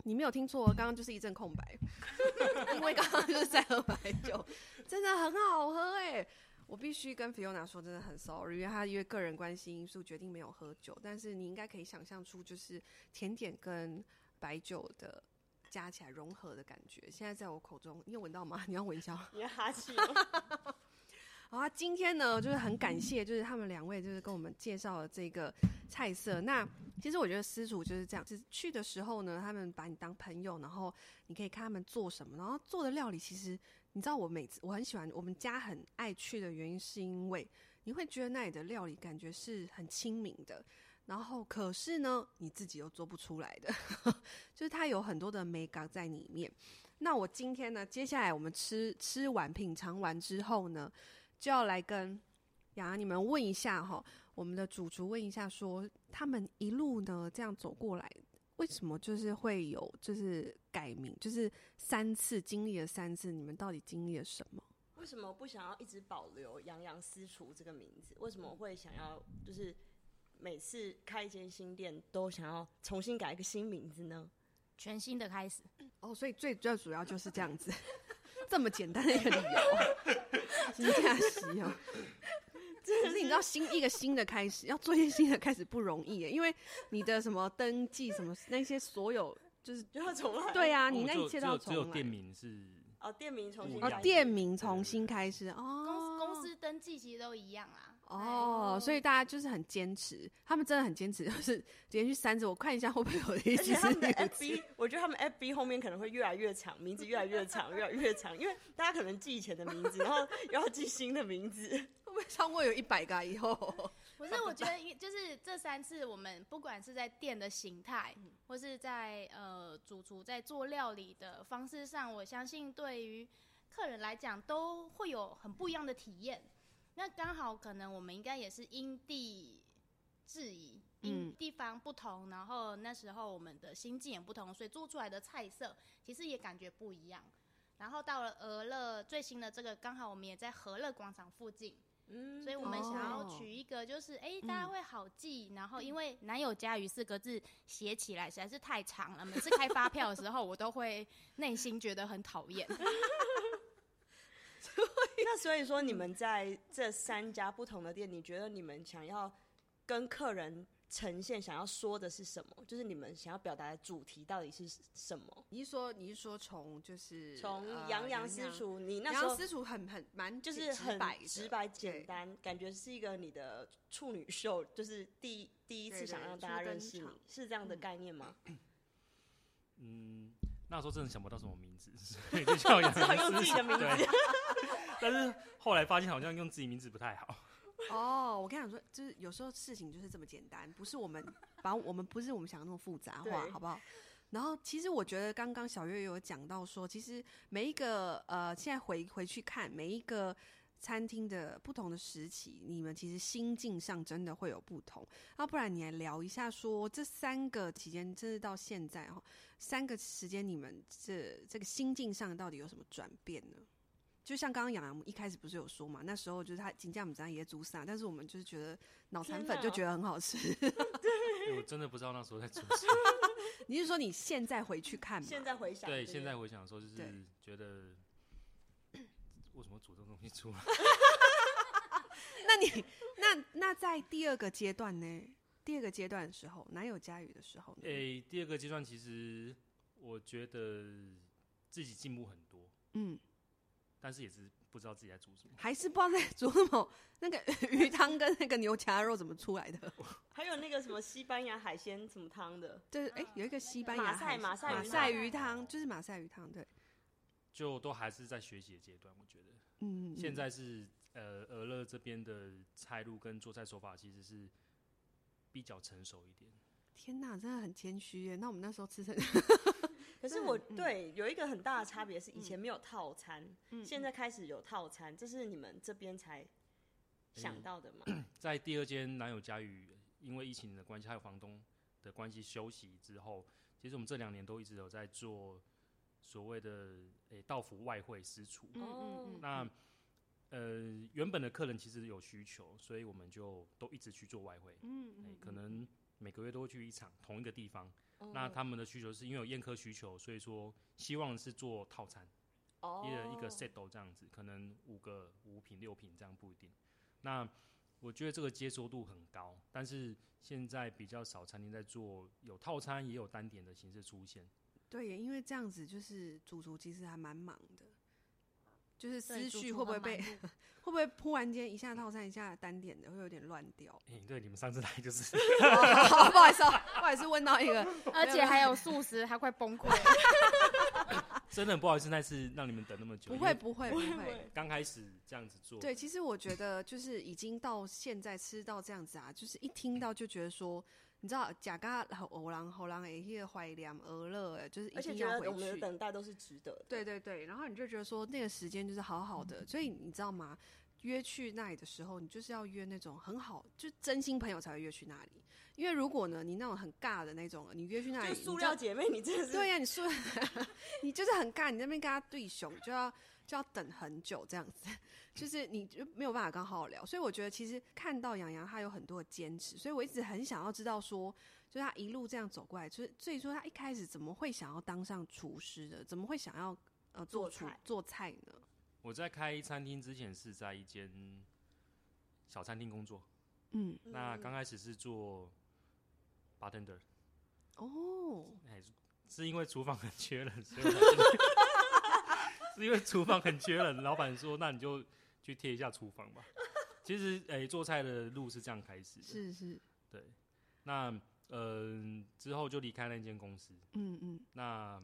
[SPEAKER 1] 你没有听错，哦刚刚就是一阵空白， 因为刚刚就是在喝白酒， 真的很好喝哎、我必须跟 Fiona 说，真的很 sorry，因为她因为个人关系因素决定没有喝酒，但是你应该可以想象出，就是甜点跟白酒的加起来融合的感觉。现在在我口中，你有闻到吗？你要闻一下吗。
[SPEAKER 2] 你要哈气吗？
[SPEAKER 1] 好啊，今天呢，就是很感谢，就是他们两位，就是跟我们介绍了这个菜色。那其实我觉得私厨就是这样，就是去的时候呢，他们把你当朋友，然后你可以看他们做什么，然后做的料理，其实你知道，我每次我很喜欢，我们家很爱去的原因，是因为你会觉得那里的料理感觉是很亲民的。然后，可是呢，你自己又做不出来的， 就是它有很多的美感在里面。那我今天呢，接下来我们吃吃完、品尝完之后呢，就要来跟雅你们问一下哈，我们的主厨问一下说，他们一路呢这样走过来，为什么就是会有就是改名，就是三次经历了三次，你们到底经历了什么？
[SPEAKER 2] 为什么不想要一直保留“洋洋私厨”这个名字？为什么会想要就是每次开一间新店都想要重新改一个新名字 呢？
[SPEAKER 4] 全新的开始，
[SPEAKER 1] 哦，所以最最主要就是这样 子，这么简单的一个理由， 真假西哦。可是你知道新一个新的开始，要做一个新的开始不容易耶，因为你的什么登记什么那些所有就是
[SPEAKER 2] 就要重来
[SPEAKER 1] 对啊，
[SPEAKER 3] 我
[SPEAKER 1] 你
[SPEAKER 3] 们
[SPEAKER 1] 那
[SPEAKER 3] 只
[SPEAKER 1] 一
[SPEAKER 3] 有
[SPEAKER 1] 切
[SPEAKER 3] 只
[SPEAKER 1] 都要
[SPEAKER 3] 有只有
[SPEAKER 1] 重来
[SPEAKER 3] 店。名是
[SPEAKER 2] 哦，店名重新
[SPEAKER 3] 不一
[SPEAKER 1] 哦
[SPEAKER 2] 改
[SPEAKER 3] 样，
[SPEAKER 1] 店名重新开始
[SPEAKER 4] 公
[SPEAKER 1] 哦
[SPEAKER 4] 司，公司登记其实都一样啦。
[SPEAKER 1] 哦，所以大家就是很坚持，他们真的很坚持， 就是连续三次，我看一下会不会有一
[SPEAKER 2] 而
[SPEAKER 1] 次
[SPEAKER 2] 且他
[SPEAKER 1] 是
[SPEAKER 2] 们的
[SPEAKER 1] 六
[SPEAKER 2] FB，我觉得他们 FB 后面可能会越来越长，名字越来越长，越来越长，因为大家可能记以前的名字，然后又要记新的 名字。
[SPEAKER 1] 会不会超过有一百个啊以后？
[SPEAKER 4] 不是，我觉得一就是这三次，我们不管是在店的形态，或是在呃主厨在做料理的方式上，我相信对于客人来讲都会有很不一样的体验。那刚好可能我们应该也是因地制宜，因
[SPEAKER 1] 嗯
[SPEAKER 4] 地方不同，然后那时候我们的心境也不同，所以做出来的菜色其实也感觉不一样。然后到了俄勒最新的这个，刚好我们也在和乐广场附近，
[SPEAKER 2] 嗯
[SPEAKER 4] 所以我们想要
[SPEAKER 1] 哦
[SPEAKER 4] 取一个就是哎、诶大家会好记。然后因为“男友加于”四个字写起来实在是太长了，每次开发票的时候，我都会内心觉得很讨 厌。
[SPEAKER 2] 那所以说，你们在这三家不同的店，你觉得你们想要跟客人呈现想要说的是什么，就是你们想要表达的主题到底是什么？
[SPEAKER 1] 你是说你是说从就是
[SPEAKER 2] 从
[SPEAKER 1] 呃洋
[SPEAKER 2] 洋洋私，处，你那
[SPEAKER 1] 洋
[SPEAKER 2] 时
[SPEAKER 1] 洋
[SPEAKER 2] 候
[SPEAKER 1] 私处很很蛮
[SPEAKER 2] 就是
[SPEAKER 1] 直
[SPEAKER 2] 很
[SPEAKER 1] 白的
[SPEAKER 2] 直白简
[SPEAKER 1] 对
[SPEAKER 2] 单，感觉是一个你的处女秀，就是第一第一
[SPEAKER 1] 对
[SPEAKER 2] 次想
[SPEAKER 1] 对
[SPEAKER 2] 让
[SPEAKER 1] 初
[SPEAKER 2] 大家认
[SPEAKER 1] 登
[SPEAKER 2] 识你
[SPEAKER 1] 场，
[SPEAKER 2] 是这样的
[SPEAKER 1] 嗯
[SPEAKER 2] 概念吗？
[SPEAKER 3] 嗯，那时候真的想不到什么名字， 所以就叫杨
[SPEAKER 2] 只好用自己的名字
[SPEAKER 3] 字。 但是后来发现好像用自己名字不太好。
[SPEAKER 1] 哦，我跟你讲说，就是有时候事情就是这么简单，不是我们把我们不是我们想的那么复杂化，
[SPEAKER 2] 对
[SPEAKER 1] 好不好？然后其实我觉得刚刚小月有讲到说，其实每一个呃，现在回回去看每一个。餐厅的不同的时期，你们其实心境上真的会有不同。要啊不然你来聊一下说这三个期间，真的到现在哈、哦，三个时间你们这这个心境上到底有什么转变呢？就像刚刚杨洋一开始不是有说嘛，那时候就是他金价我们这样也煮散，但是我们就是觉得脑残粉
[SPEAKER 2] 天哪
[SPEAKER 1] 就觉得很好吃。
[SPEAKER 3] 因为我真的不知道那时候在做什么。
[SPEAKER 1] 你是说你现在回去看吗？
[SPEAKER 2] 现在回想，
[SPEAKER 3] 对，现
[SPEAKER 2] 不
[SPEAKER 3] 在回想说就
[SPEAKER 1] 对
[SPEAKER 3] 是觉得为什么煮这种东西出来？
[SPEAKER 1] 那你那那在第二个阶段呢？第二个阶段的时候，男友佳宇的时候呢？
[SPEAKER 3] 诶、哎第二个阶段其实我觉得自己进步很多，
[SPEAKER 1] 嗯，
[SPEAKER 3] 但是也是不知道自己在煮什么。
[SPEAKER 1] 还是不知道在煮什么，那个鱼汤跟那个牛夹肉怎么出来的？
[SPEAKER 2] 还有那个什么西班牙海鲜什么汤的，
[SPEAKER 1] 对，哎、有一个西班牙
[SPEAKER 2] 马赛
[SPEAKER 1] 海
[SPEAKER 2] 马赛
[SPEAKER 1] 马
[SPEAKER 2] 鱼
[SPEAKER 1] 赛
[SPEAKER 2] 汤
[SPEAKER 1] 鱼汤，就是马赛鱼汤，对，
[SPEAKER 3] 就都还是在学习的阶段，我觉得
[SPEAKER 1] 嗯，嗯
[SPEAKER 3] 现
[SPEAKER 1] 嗯
[SPEAKER 3] 在是呃，俄勒这边的菜路跟做菜手法其实是比较成熟一点。
[SPEAKER 1] 天哪，真的很谦虚耶。那我们那时候吃成，
[SPEAKER 2] 可是
[SPEAKER 1] 这
[SPEAKER 2] 我
[SPEAKER 1] 很嗯
[SPEAKER 2] 对有一个很大的差别是，以前没有套餐，
[SPEAKER 1] 嗯
[SPEAKER 2] 现在开始有套餐，这是你们这边才
[SPEAKER 1] 嗯
[SPEAKER 2] 想到的吗？
[SPEAKER 3] 在第二间男友家与因为疫情的关系，还有房东的关系休息之后，其实我们这两年都一直有在做所谓的诶、到府外汇私厨。
[SPEAKER 1] 嗯嗯嗯，
[SPEAKER 3] 那呃，原本的客人其实有需求，所以我们就都一直去做外汇。
[SPEAKER 1] 嗯
[SPEAKER 3] 诶可能每个月都会去一场同一个地方。
[SPEAKER 2] 哦
[SPEAKER 1] 嗯
[SPEAKER 3] 那他们的需求是因为有宴客需求，所以说希望是做套餐。
[SPEAKER 2] 哦
[SPEAKER 3] 一人一个 set 这样子，可能五个五品六品这样不一定。那我觉得这个接受度很高，但是现在比较少餐厅在做有套餐也有单点的形式出现。
[SPEAKER 1] 对耶，因为这样子就是主厨其实还蛮忙的，就是思
[SPEAKER 4] 对主
[SPEAKER 1] 绪
[SPEAKER 4] 厨
[SPEAKER 1] 会不会
[SPEAKER 4] 很
[SPEAKER 1] 被
[SPEAKER 4] 忙
[SPEAKER 3] 。
[SPEAKER 1] 会不 会忽然间一下套餐一下单点的，会有点乱掉
[SPEAKER 3] 哎、对，你们上次来就是
[SPEAKER 1] 好，不好意思、哦，不好意思，问到 一个，
[SPEAKER 4] 碌而且还有素食，他快崩溃了。
[SPEAKER 3] 真的很不好意思，那次让你们等那么久。
[SPEAKER 1] 不
[SPEAKER 3] 因
[SPEAKER 1] 会
[SPEAKER 3] 为
[SPEAKER 1] 不会不会。
[SPEAKER 2] 对，
[SPEAKER 3] 刚开始这样子做，
[SPEAKER 1] 对，其实我觉得就是已经到现在吃到这样子啊，就是一听到就觉得说，你知道假嘎偶狼猴狼诶，那个怀良俄勒，就是一
[SPEAKER 2] 而且
[SPEAKER 1] 定
[SPEAKER 2] 觉
[SPEAKER 1] 要
[SPEAKER 2] 得
[SPEAKER 1] 回
[SPEAKER 2] 我们的
[SPEAKER 1] 去。
[SPEAKER 2] 等待都是值得的。
[SPEAKER 1] 对对对，然后你就觉得说那个时间就是好好的，所以你知道吗？约去那里的时候，你就是要约那种很好，就真心朋友才会约去那里。因为如果呢，你那种很尬的那种，你约去那里，
[SPEAKER 2] 就
[SPEAKER 1] 你
[SPEAKER 2] 塑
[SPEAKER 1] 知
[SPEAKER 2] 料
[SPEAKER 1] 道
[SPEAKER 2] 姐妹，你真的是
[SPEAKER 1] 对呀、你说 你就是很尬，你在那边跟他对熊，就要就要等很久这样子， 就是你就没有办法跟他好好聊。所以我觉得其实看到杨洋他有很多的坚持，所以我一直很想要知道说，就是他一路这样走过来，就是最初他一开始怎么会想要当上厨师的，怎么会想要呃做
[SPEAKER 2] 做
[SPEAKER 1] 厨
[SPEAKER 2] 菜
[SPEAKER 1] 做菜呢？
[SPEAKER 3] 我在开餐厅之前是在一间小餐厅工作，
[SPEAKER 1] 嗯，
[SPEAKER 3] 那刚开始是做 bartender，
[SPEAKER 1] 哦，
[SPEAKER 3] 哎，是因为厨房很缺人，所以我才去 是因为厨房很缺人，老板说那你就去贴一下厨房吧。其实，哎、做菜的路是这样开始的。，
[SPEAKER 1] 是是，
[SPEAKER 3] 对。那嗯、之后就离开那间公司，
[SPEAKER 1] 嗯嗯，
[SPEAKER 3] 那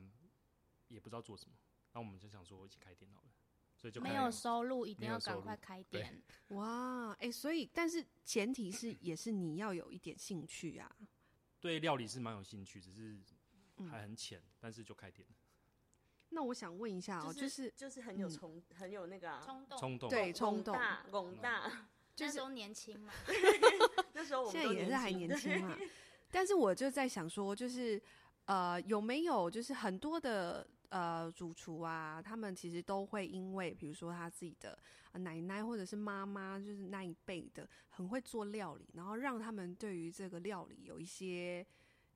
[SPEAKER 3] 也不知道做什么，那我们就想说一起开店好了，所以就开
[SPEAKER 4] 没
[SPEAKER 3] 了
[SPEAKER 4] 有收入，一定
[SPEAKER 3] 没
[SPEAKER 4] 要
[SPEAKER 3] 有收
[SPEAKER 4] 赶
[SPEAKER 3] 入
[SPEAKER 4] 快开
[SPEAKER 3] 对
[SPEAKER 4] 店。
[SPEAKER 1] 哇，哎、所以但是前提是也是你要有一点兴趣啊，
[SPEAKER 3] 对料理是蛮有兴趣，只是
[SPEAKER 1] 嗯
[SPEAKER 3] 还很浅，但是就开店了，
[SPEAKER 1] 那我想问一下哦，
[SPEAKER 2] 就是
[SPEAKER 1] 是
[SPEAKER 2] 就是很有
[SPEAKER 1] 嗯
[SPEAKER 2] 冲，很有那个啊，
[SPEAKER 4] 冲动，
[SPEAKER 3] 冲动
[SPEAKER 1] 哦对冲动嗯
[SPEAKER 2] 拱大拱大。
[SPEAKER 1] 就
[SPEAKER 4] 那
[SPEAKER 1] 是
[SPEAKER 4] 时候年轻嘛，
[SPEAKER 2] 那时候我们
[SPEAKER 1] 现在
[SPEAKER 2] 都
[SPEAKER 1] 也是还
[SPEAKER 2] 轻
[SPEAKER 1] 年
[SPEAKER 2] 对
[SPEAKER 1] 轻啊嘛。但是我就在想说，就是呃，有没有就是很多的呃主厨啊，他们其实都会因为比如说他自己的、呃奶奶或者是妈妈，就是那一辈的很会做料理，然后让他们对于这个料理有一些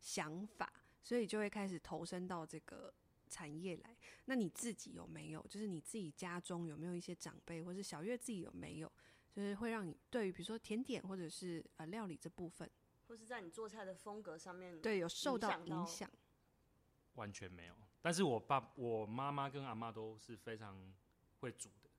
[SPEAKER 1] 想法，所以就会开始投身到这个。产业来，那你自己有没有？就是你自己家中有没有一些长辈，或是小月自己有没有？就是会让你对于比如说甜点或者是呃料理这部分，
[SPEAKER 2] 或是在你做菜的风格上面，，
[SPEAKER 1] 对，有受
[SPEAKER 2] 影
[SPEAKER 1] 到
[SPEAKER 2] 响
[SPEAKER 1] 影
[SPEAKER 2] 到
[SPEAKER 1] 响。
[SPEAKER 3] 完全没有。但是我爸、我妈妈跟阿妈都是非常会煮的，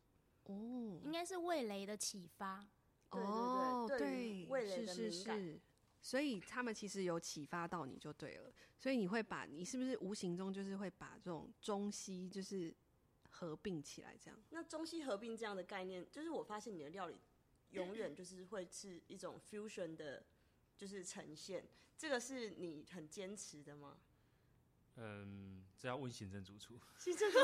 [SPEAKER 3] 嗯
[SPEAKER 1] 哦
[SPEAKER 4] 应该是味蕾的启 发。
[SPEAKER 2] 嗯对对对
[SPEAKER 1] 哦，
[SPEAKER 2] 对于
[SPEAKER 1] 对，
[SPEAKER 2] 味蕾
[SPEAKER 1] 是
[SPEAKER 2] 的
[SPEAKER 1] 是
[SPEAKER 2] 敏感
[SPEAKER 1] 是，所以他们其实有启发到你就对了，所以你会把你是不是无形中就是会把这种中西就是合并起来这样？
[SPEAKER 2] 那中西合并这样的概念，就是我发现你的料理永远就是会是一种 fusion 的，就是呈现。这个是你很坚持的吗？
[SPEAKER 3] 嗯，这要问行政主厨。
[SPEAKER 2] 是这个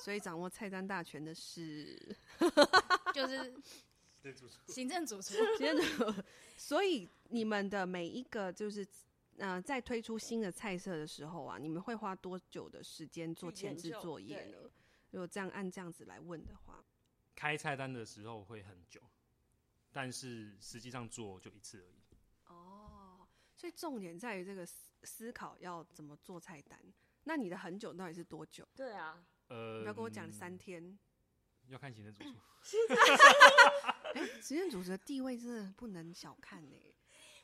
[SPEAKER 1] 所以掌握菜单大全的是
[SPEAKER 4] 就是
[SPEAKER 3] 行政主厨
[SPEAKER 4] 行政主厨
[SPEAKER 1] 真的，所以你们的每一个就是。呃，在推出新的菜色的时候啊，你们会花多久的时间做
[SPEAKER 2] 去
[SPEAKER 1] 前
[SPEAKER 2] 研
[SPEAKER 1] 置
[SPEAKER 2] 究
[SPEAKER 1] 作业
[SPEAKER 2] 对
[SPEAKER 1] 呢？如果这样按这样子来问的话，
[SPEAKER 3] 开菜单的时候会很久，但是实际上做就一次而已。
[SPEAKER 1] 哦，所以重点在于这个思思考要怎么做菜单。那你的很久到底是多久？
[SPEAKER 2] 对啊，
[SPEAKER 3] 呃，
[SPEAKER 1] 不要跟我讲三
[SPEAKER 3] 嗯，
[SPEAKER 1] 天。
[SPEAKER 3] 要看行政主厨。
[SPEAKER 1] 哎、实验组织的地位真的不能小看呢、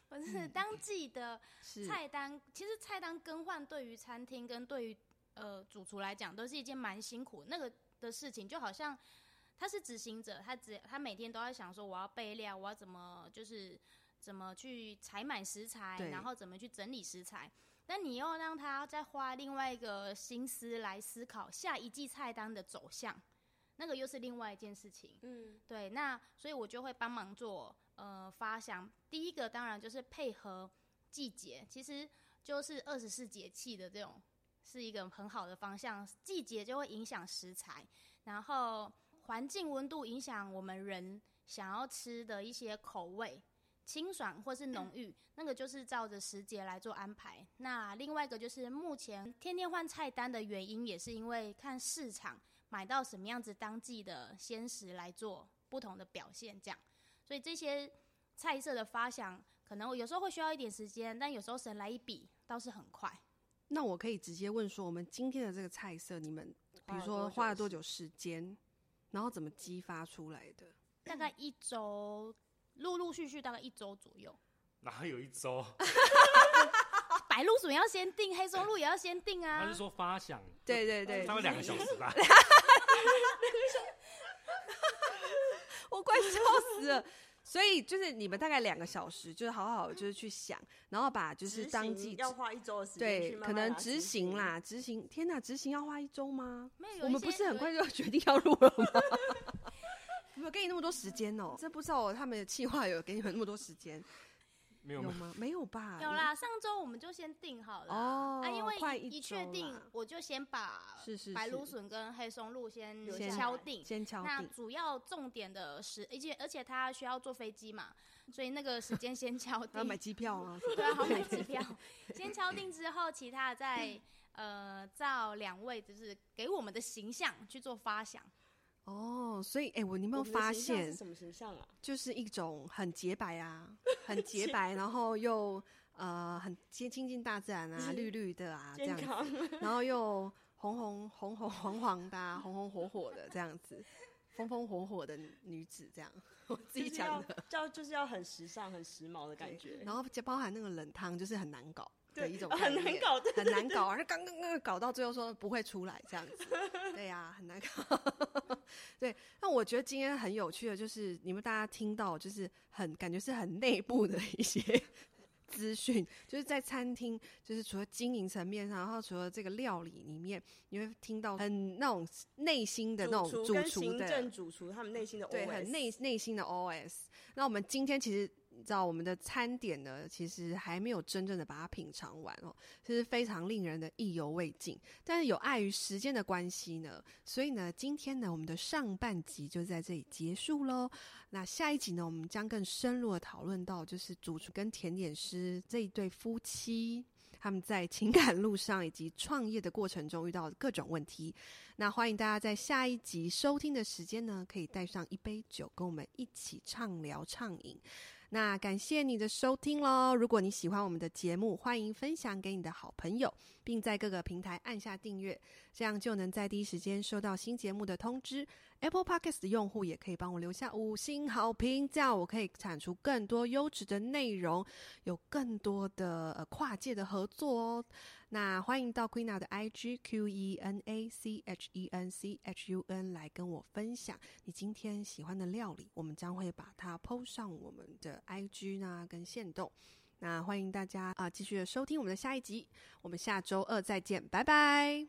[SPEAKER 4] 不是当季的
[SPEAKER 1] 是
[SPEAKER 4] 菜单，其实菜单更换对于餐厅跟对于呃主厨来讲，都是一件蛮辛苦那个的事情，就好像。他是执行者，他只他每天都在想说，我要备料，我要怎么就是怎么去采买食材
[SPEAKER 1] 对，
[SPEAKER 4] 然后怎么去整理食材。但你又让他再花另外一个心思来思考下一季菜单的走向，那个又是另外一件事情。
[SPEAKER 2] 嗯，
[SPEAKER 4] 对，那所以我就会帮忙做呃发想。第一个当然就是配合季节，其实就是二十四节气的这种是一个很好的方向。季节就会影响食材，然后环境温度影响我们人想要吃的一些口味。清爽或是浓郁，那个就是照着时节来做安排。那另外一个就是目前天天换菜单的原因，也是因为看市场买到什么样子当季的鲜食来做不同的表现，这样。所以这些菜色的发想，可能我有时候会需要一点时间，但有时候神来一笔倒是很快。
[SPEAKER 1] 那我可以直接问说，我们今天的这个菜色，你们比
[SPEAKER 2] 花
[SPEAKER 1] 如
[SPEAKER 2] 了
[SPEAKER 1] 说
[SPEAKER 2] 多
[SPEAKER 1] 花
[SPEAKER 2] 久
[SPEAKER 1] 了多
[SPEAKER 2] 时
[SPEAKER 1] 久时间，然后怎么激发出来的？
[SPEAKER 4] 大概一周，陆陆续续大概一周左右。
[SPEAKER 3] 哪有一 周？
[SPEAKER 4] 白露笋要先定，黑松露也要先定
[SPEAKER 3] 他
[SPEAKER 4] 啊
[SPEAKER 3] 是。说发想，
[SPEAKER 1] 对对对，
[SPEAKER 3] 他们两个小时吧。
[SPEAKER 1] 我快笑死了。所以就是你们大概两个小时，就是好好就是去想，然后把 就是
[SPEAKER 2] 执
[SPEAKER 1] 当
[SPEAKER 2] 行
[SPEAKER 1] 季
[SPEAKER 2] 要花一周的时间去
[SPEAKER 1] 对，
[SPEAKER 2] 慢
[SPEAKER 1] 可
[SPEAKER 2] 慢
[SPEAKER 1] 能
[SPEAKER 2] 把它
[SPEAKER 1] 执行。啦，执行，天哪，执行要花一周吗？
[SPEAKER 4] 没有有
[SPEAKER 1] 我
[SPEAKER 4] 一
[SPEAKER 1] 们不
[SPEAKER 4] 些
[SPEAKER 1] 是很
[SPEAKER 4] 有
[SPEAKER 1] 快
[SPEAKER 4] 一
[SPEAKER 1] 就要决定要录了吗？ 有没有给你那么多时间
[SPEAKER 2] 啊
[SPEAKER 1] 哦？这不知道他们的计划有给你们那么多时间
[SPEAKER 3] 没有
[SPEAKER 1] 有
[SPEAKER 3] 没有，
[SPEAKER 1] 吗？没有吧？
[SPEAKER 4] 有啦，上周我们就先定好了
[SPEAKER 1] 哦
[SPEAKER 4] 啊，因为
[SPEAKER 1] 快
[SPEAKER 4] 一
[SPEAKER 1] 一
[SPEAKER 4] 一确
[SPEAKER 1] 周
[SPEAKER 4] 定
[SPEAKER 1] 啦，
[SPEAKER 4] 我就先把
[SPEAKER 1] 是是
[SPEAKER 4] 白
[SPEAKER 1] 是
[SPEAKER 4] 芦笋跟黑松露先
[SPEAKER 2] 留
[SPEAKER 1] 下来
[SPEAKER 4] 敲定，
[SPEAKER 1] 先敲
[SPEAKER 4] 那
[SPEAKER 1] 定。
[SPEAKER 4] 主要重点的时，而且而且他需要坐飞机嘛，所以那个时间 先敲
[SPEAKER 1] 要
[SPEAKER 4] 定，
[SPEAKER 1] 买机票 啊，
[SPEAKER 4] 对啊，好买机 票。先敲定之后，其他的再呃照两位就是给我们的形象去做发想。
[SPEAKER 1] 哦，所以哎、我你有没
[SPEAKER 2] 我
[SPEAKER 1] 有
[SPEAKER 2] 们的
[SPEAKER 1] 发
[SPEAKER 2] 形象是
[SPEAKER 1] 现，
[SPEAKER 2] 什么形象啊？
[SPEAKER 1] 就是一种很洁白 啊，很洁白，然后又呃很接亲近大自然啊，绿绿的啊，这
[SPEAKER 2] 健
[SPEAKER 1] 样子
[SPEAKER 2] 康，
[SPEAKER 1] 然后又红红红红黄黄的、啊，红红火火的这样子，风风火火的女子这样，我 自己
[SPEAKER 2] 就是
[SPEAKER 1] 讲
[SPEAKER 2] 要
[SPEAKER 1] 的。
[SPEAKER 2] 要就是要很时尚、很时髦的感
[SPEAKER 1] 对
[SPEAKER 2] 觉。
[SPEAKER 1] 然后就包含那个冷汤，就是很难搞的
[SPEAKER 2] 对
[SPEAKER 1] 一种
[SPEAKER 2] 哦
[SPEAKER 1] 概
[SPEAKER 2] 很
[SPEAKER 1] 念，
[SPEAKER 2] 难搞，对
[SPEAKER 1] 很难搞啊！刚刚刚搞到最后说不会出来这样子，对呀、很难搞。 对，那我觉得今天很有趣的就是你们大家听到就是很感觉是很内部的一些 资讯，就是在餐厅，就是除了经营层面上，然后除了这个料理里面，你会听到很那种内心的那种
[SPEAKER 2] 主
[SPEAKER 1] 主
[SPEAKER 2] 跟
[SPEAKER 1] 厨
[SPEAKER 2] 行政
[SPEAKER 1] 的。
[SPEAKER 2] 主厨他们内心的 OS,
[SPEAKER 1] 对，很内内心的 OS。那我们今天其实你知道，我们的餐点呢，其实还没有真正的把它品尝完哦，其实非常令人的意犹未尽。但是有碍于时间的关系呢，所以呢，今天呢，我们的上半集就在这里结束喽。那下一集呢，我们将更深入的讨论到，就是主厨跟甜点师这一对夫妻。他们在情感路上以及创业的过程中遇到各种问题，那欢迎大家在下一集收听的时间呢，可以带上一杯酒，跟我们一起畅聊畅饮。那感谢你的收听喽！如果你喜欢我们的节目，欢迎分享给你的好朋友，并在各个平台按下订阅，这样就能在第一时间收到新节目的通知。 Apple Podcast 的用户也可以帮我留下五星好评，这样我可以产出更多优质的内容，有更多的呃跨界的合作哦。那欢迎到 Queena 的 IG Q E N A C H E N C H U N 来跟我分享你今天喜欢的料理，我们将会把它 PO 上我们的 IG 呢跟线动。那欢迎大家啊、继续的收听我们的下一集，我们下周二再见，拜拜。